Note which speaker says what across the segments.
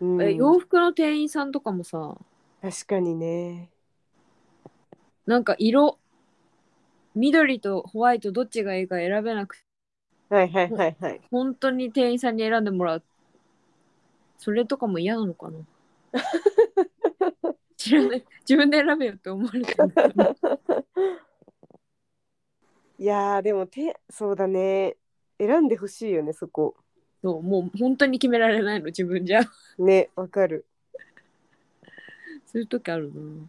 Speaker 1: うん
Speaker 2: え洋服の店員さんとかもさ
Speaker 1: 確かにね。
Speaker 2: なんか色緑とホワイトどっちがいいか選べなくて
Speaker 1: はいはいはいはい。
Speaker 2: 本当に店員さんに選んでもらうそれとかも嫌なの かな知らない自分で選べよって思われてるのかない
Speaker 1: やーでも手そうだね選んでほしいよねそこ
Speaker 2: そうもう本当に決められないの自分じゃ
Speaker 1: ねわかる
Speaker 2: そういう時あるな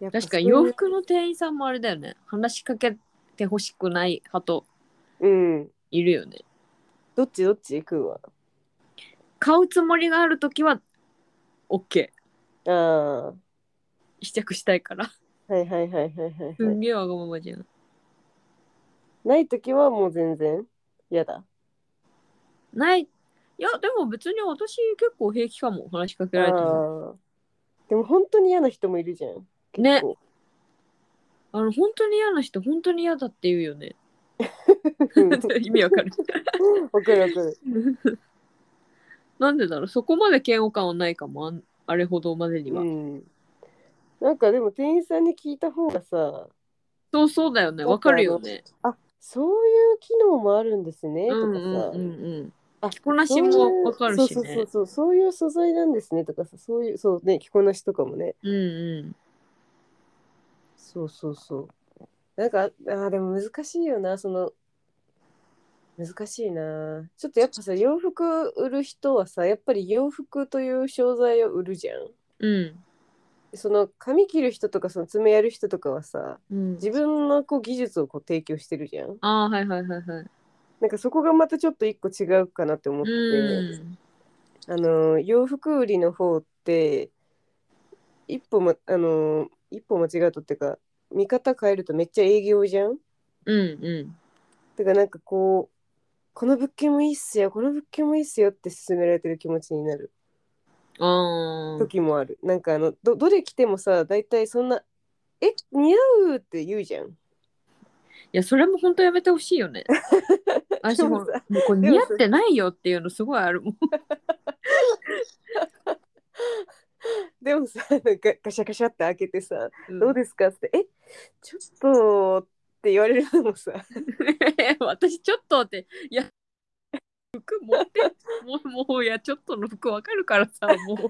Speaker 1: やっぱ
Speaker 2: 確か
Speaker 1: そうい
Speaker 2: に
Speaker 1: う
Speaker 2: 洋服の店員さんもあれだよね話しかけてほしくない派と
Speaker 1: うん
Speaker 2: いるよね
Speaker 1: どっちどっち行くんは
Speaker 2: 買うつもりがある時は OK
Speaker 1: あ
Speaker 2: 試着したいから
Speaker 1: ーはいはいはいはいはい、
Speaker 2: す
Speaker 1: はい
Speaker 2: んげえわがままじゃん
Speaker 1: ない時はもう全然嫌だ
Speaker 2: ないいやでも別に私結構平気かも話しかけられても
Speaker 1: あーでも本当に嫌な人もいるじゃん
Speaker 2: ね
Speaker 1: 結構
Speaker 2: あの本当に嫌な人本当に嫌だって言うよね
Speaker 1: うん
Speaker 2: 意味わかる
Speaker 1: わかるわかる
Speaker 2: なんでだろうそこまで嫌悪感はないかもあんあれほどまでには、
Speaker 1: うんなんかでも店員さんに聞いた方がさ
Speaker 2: そうそうだよねわかるよね
Speaker 1: あそういう機能もあるんですねと
Speaker 2: う
Speaker 1: かさ、
Speaker 2: んうんうんうん
Speaker 1: あ
Speaker 2: 着こなしもわかるし
Speaker 1: そういうそうそう
Speaker 2: ね
Speaker 1: そうそういう素材なんですねとかさそういうそうね着こなしとかもね
Speaker 2: うんうん
Speaker 1: そうそうそうなんかあーでも難しいよなその難しいなちょっとやっぱさ洋服売る人はさやっぱり洋服という商材を売るじゃん
Speaker 2: うん
Speaker 1: その髪切る人とかその爪やる人とかはさ
Speaker 2: うん
Speaker 1: 自分のこう技術をこう提供してるじゃん
Speaker 2: ああはいはいはいはい
Speaker 1: なんかそこがまたちょっと一個違うかなって思って、
Speaker 2: うん
Speaker 1: あの洋服売りの方って一歩,、ま、あの一歩間違うとっていうか見方変えるとめっちゃ営業じゃん
Speaker 2: うんうん
Speaker 1: だからなんかこうこの物件もいいっすよこの物件もいいっすよって勧められてる気持ちになる
Speaker 2: ああ
Speaker 1: 時もある、なんかあのどどれ着てもさ大体そんな「え似合う!」って言うじゃん
Speaker 2: いやそれも本当やめてほしい よね。私も
Speaker 1: でもさ
Speaker 2: もうこれ似合ってないよっていうのすごいあるもん。
Speaker 1: でもさなんかガシャガシャって開けてさ「どう
Speaker 2: で
Speaker 1: ですか?」って「えちょっと」って言われるのもさ
Speaker 2: 私ちょっとっていや服持ってもうもういやちょっとの服わかるからさもう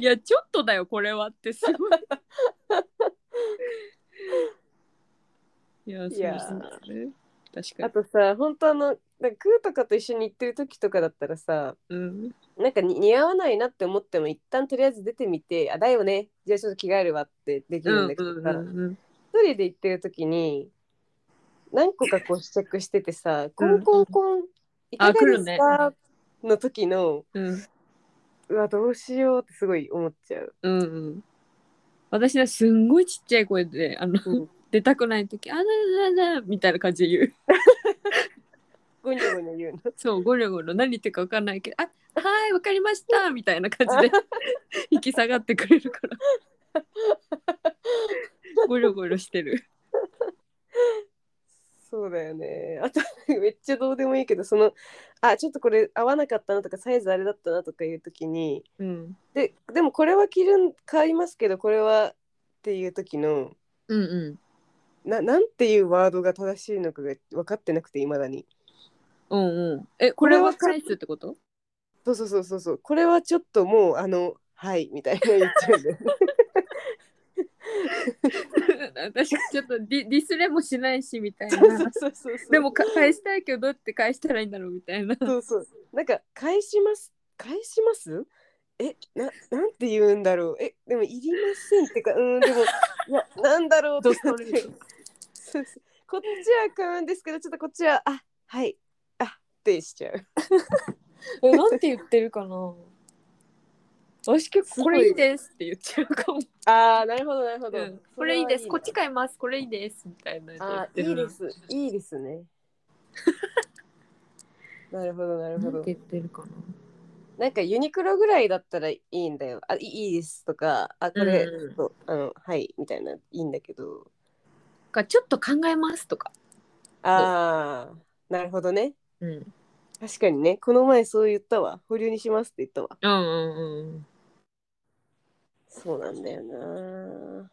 Speaker 2: いやちょっとだよこれはってすごい。いやそうです
Speaker 1: いや
Speaker 2: ね。確か
Speaker 1: あ
Speaker 2: に。
Speaker 1: とさ本当あのなんかクーとかと一緒に行ってる時とかだったらさ
Speaker 2: うん
Speaker 1: なんかに似合わないなって思っても一旦とりあえず出てみて「あだよねじゃあちょっと着替えるわ」ってでき
Speaker 2: う
Speaker 1: るん
Speaker 2: ん
Speaker 1: だけど
Speaker 2: うん
Speaker 1: さ、
Speaker 2: うん
Speaker 1: 一人で行ってる時に何個かこう試着しててさ「コンコンコンいかがですか?」の時の
Speaker 2: うん
Speaker 1: うわどうしようってすごい思っちゃう。
Speaker 2: うんうん。私ねすんごいちっちゃい声であの
Speaker 1: うん
Speaker 2: 出たくない時「あだだだだ」みたいな感じで言う
Speaker 1: ゴニョゴニョ言うの。
Speaker 2: そうゴロゴロ何言ってるか分かんないけど「あはいわかりました」みたいな感 じで引き下がってくれるから ゴロゴロしてる
Speaker 1: そうだよね。あと めっちゃどうでもいいけどその「あちょっとこれ合わなかったな」とか「サイズあれだったな」とかいう時に
Speaker 2: うん
Speaker 1: ででもこれは着るん買いますけどこれはっていう時の
Speaker 2: うんうん
Speaker 1: ななんていうワードが正しいのかが分かってなくていまだに。
Speaker 2: うんうんえこれは返すってこと
Speaker 1: そうそうそうそうそうこれはちょっともうあのはいみたいな言っちゃうんだよね
Speaker 2: 私ちょっとディディスレもしないしみたい
Speaker 1: そうそ
Speaker 2: な
Speaker 1: う そうそう
Speaker 2: でもか返したいけどどうやって返したらいいんだろうみたいな
Speaker 1: そうそうなんか返します返しますえななんて言うんだろうえでもいりませんってかうんでもい やなんだろう
Speaker 2: ド
Speaker 1: って
Speaker 2: スト
Speaker 1: なって
Speaker 2: レート
Speaker 1: そうそうこっちは買うんですけどちょっとこっちはあはいあってしちゃう
Speaker 2: え、なんて言ってるかな私結構これいいですって言っちゃうかも。
Speaker 1: あーなるほどなるほど、
Speaker 2: うんこれいいです。こっち
Speaker 1: か
Speaker 2: 買います。これいいです。みたいなや
Speaker 1: あ
Speaker 2: つ
Speaker 1: ーい
Speaker 2: 言っ
Speaker 1: い
Speaker 2: てる
Speaker 1: ですいいですね なるほどなる
Speaker 2: な
Speaker 1: ほ
Speaker 2: なん
Speaker 1: ど
Speaker 2: て言ってるかな。
Speaker 1: なんかユニクロぐらいだったらいいんだよ。あ、いいいですとか、あ、これ、
Speaker 2: うん
Speaker 1: そうあの、はい、みたいな、いいんだけど。
Speaker 2: かちょっと考えますとか。
Speaker 1: ああ、なるほどね。
Speaker 2: うん。
Speaker 1: 確かにねこの前そう言ったわ保留にしますって言ったわ
Speaker 2: うんうんうん
Speaker 1: そうなんだよな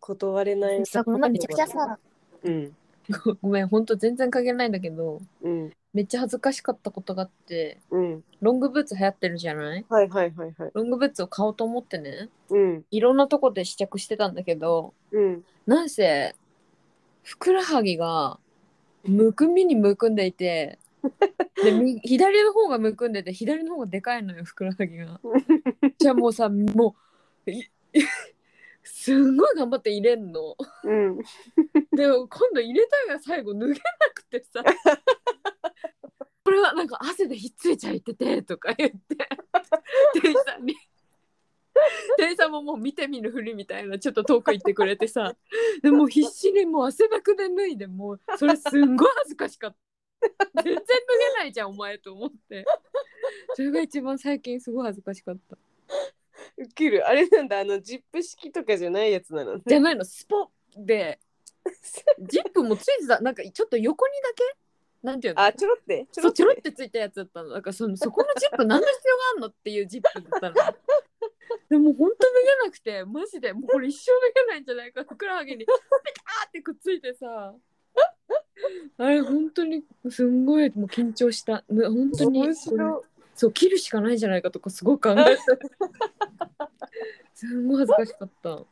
Speaker 1: 断れない
Speaker 3: さ、この前めちゃくちゃさ、
Speaker 1: うん
Speaker 2: ごごめんほんと全然関係ないんだけど
Speaker 1: うん
Speaker 2: めっちゃ恥ずかしかったことがあって
Speaker 1: うん
Speaker 2: ロングブーツ流行ってるじゃない
Speaker 1: はいはいはいはい
Speaker 2: ロングブーツを買おうと思ってね
Speaker 1: うん
Speaker 2: いろんなとこで試着してたんだけど
Speaker 1: うん
Speaker 2: なんせふくらはぎがむくみにむくんでいてでみ左の方がむくんでて左の方がでかいのよふくらはぎが。じゃあもうさもうい すんごい頑張って入れんの。
Speaker 1: うん
Speaker 2: でも今度入れたいが最後脱げなくてさこれはなんか汗でひっついちゃいててとか言って店員さんに店員さんももう見てみるふりみたいなちょっと遠く行ってくれてさでもう必死にもう汗だくで脱いでもうそれすんごい恥ずかしかった全然脱げないじゃんお前と思ってそれが一番最近すごい恥ずかしかった
Speaker 1: ウケるあれなんだあのジップ式とかじゃないやつなのね
Speaker 2: じゃないのスポッでジップもついてたなんかちょっと横にだけなんていうの
Speaker 1: あちょろってちょ
Speaker 2: そ
Speaker 1: ろ
Speaker 2: う
Speaker 1: っ
Speaker 2: ち
Speaker 1: て
Speaker 2: ょろってついたやつだったのだからそのそこのジップ何の必要があんのっていうジップだ ったのでもほんと脱げなくてマジでもうこれ一生脱げないんじゃないかふくらはぎにピターってくっついてさあれ本当にすんごいもう緊張したね本当に
Speaker 1: 面白い
Speaker 2: そう切るしかないんじゃないかとかすごい考えたすんごい恥ずかしかった
Speaker 1: ウ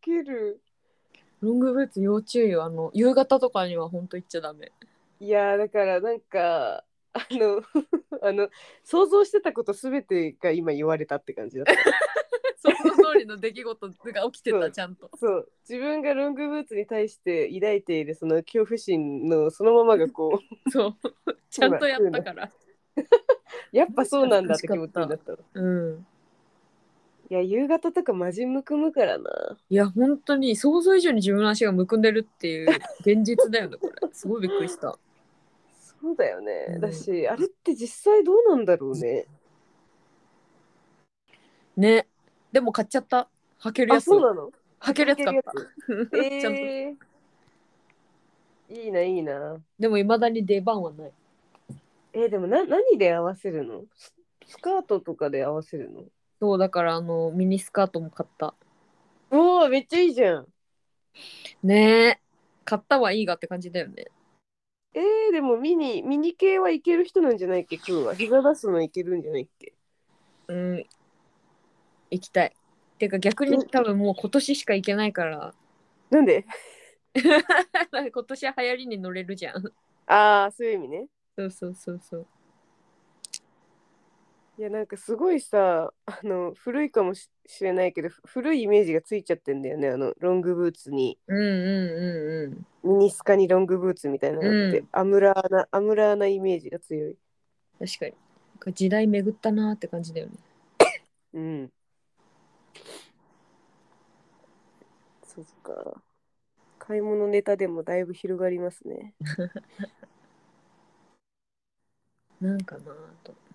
Speaker 1: ケる
Speaker 2: ロングブーツ要注意よあの夕方とかにはほんと行っちゃダ メ
Speaker 1: いやーだからなんかあの あの想像してたことすべてが今言われたって感じだった
Speaker 2: その通りの出来事が起きて
Speaker 1: そ
Speaker 2: た
Speaker 1: う
Speaker 2: ちゃんと
Speaker 1: そう自分がロングブーツに対して抱いているその恐怖心のそのままがこ う
Speaker 2: そう。ちゃんとやったから。
Speaker 1: やっぱそうなんだって気持ちになったの
Speaker 2: うん。
Speaker 1: いや夕方とかマジむくむからない
Speaker 2: や、本当に想像以上に自分の足がむくんでるっていう現実だ よね、これ。すごいびっくりした。
Speaker 1: そうだよね、
Speaker 2: うん
Speaker 1: だしあれって実際どうなんだろうね
Speaker 2: ね。でも買っちゃった。履けるや
Speaker 1: あ
Speaker 2: つ
Speaker 1: そ。うなの
Speaker 2: 履けるやつ買った。
Speaker 1: え
Speaker 2: ちゃんと
Speaker 1: えー、いいないいな
Speaker 2: でも、いまだに出番はない。
Speaker 1: えーでもな何で合わせるのススカートとかで合わせるの
Speaker 2: そう、だから、あの、ミニスカートも買った。
Speaker 1: おおめっちゃいいじゃん
Speaker 2: ねえ。買ったはいいがって感じだよね。
Speaker 1: えー、でもミニミニ系はいける人なんじゃないっけ今日は膝出すのいけるんじゃないっけ
Speaker 2: うん。行きたい。てか、逆に多分もう今年しか行けないから、
Speaker 1: なんで
Speaker 2: 今年は流行りに乗れるじゃん。
Speaker 1: ああそういう意味ね
Speaker 2: そうそうそうそう。
Speaker 1: いやなんかすごいさあの古いかもししれないけどふ古いイメージがついちゃってんだよねあのロングブーツに
Speaker 2: うんうんうんうん。
Speaker 1: ミニスカにロングブーツみたいなのって、
Speaker 2: うん
Speaker 1: アムラーなアムラーなイメージが強い
Speaker 2: 確かに。なんか時代巡ったなーって感じだよね。
Speaker 1: うんそっか買い物ネタでもだいぶ広がりますね
Speaker 2: なんかなーと思って。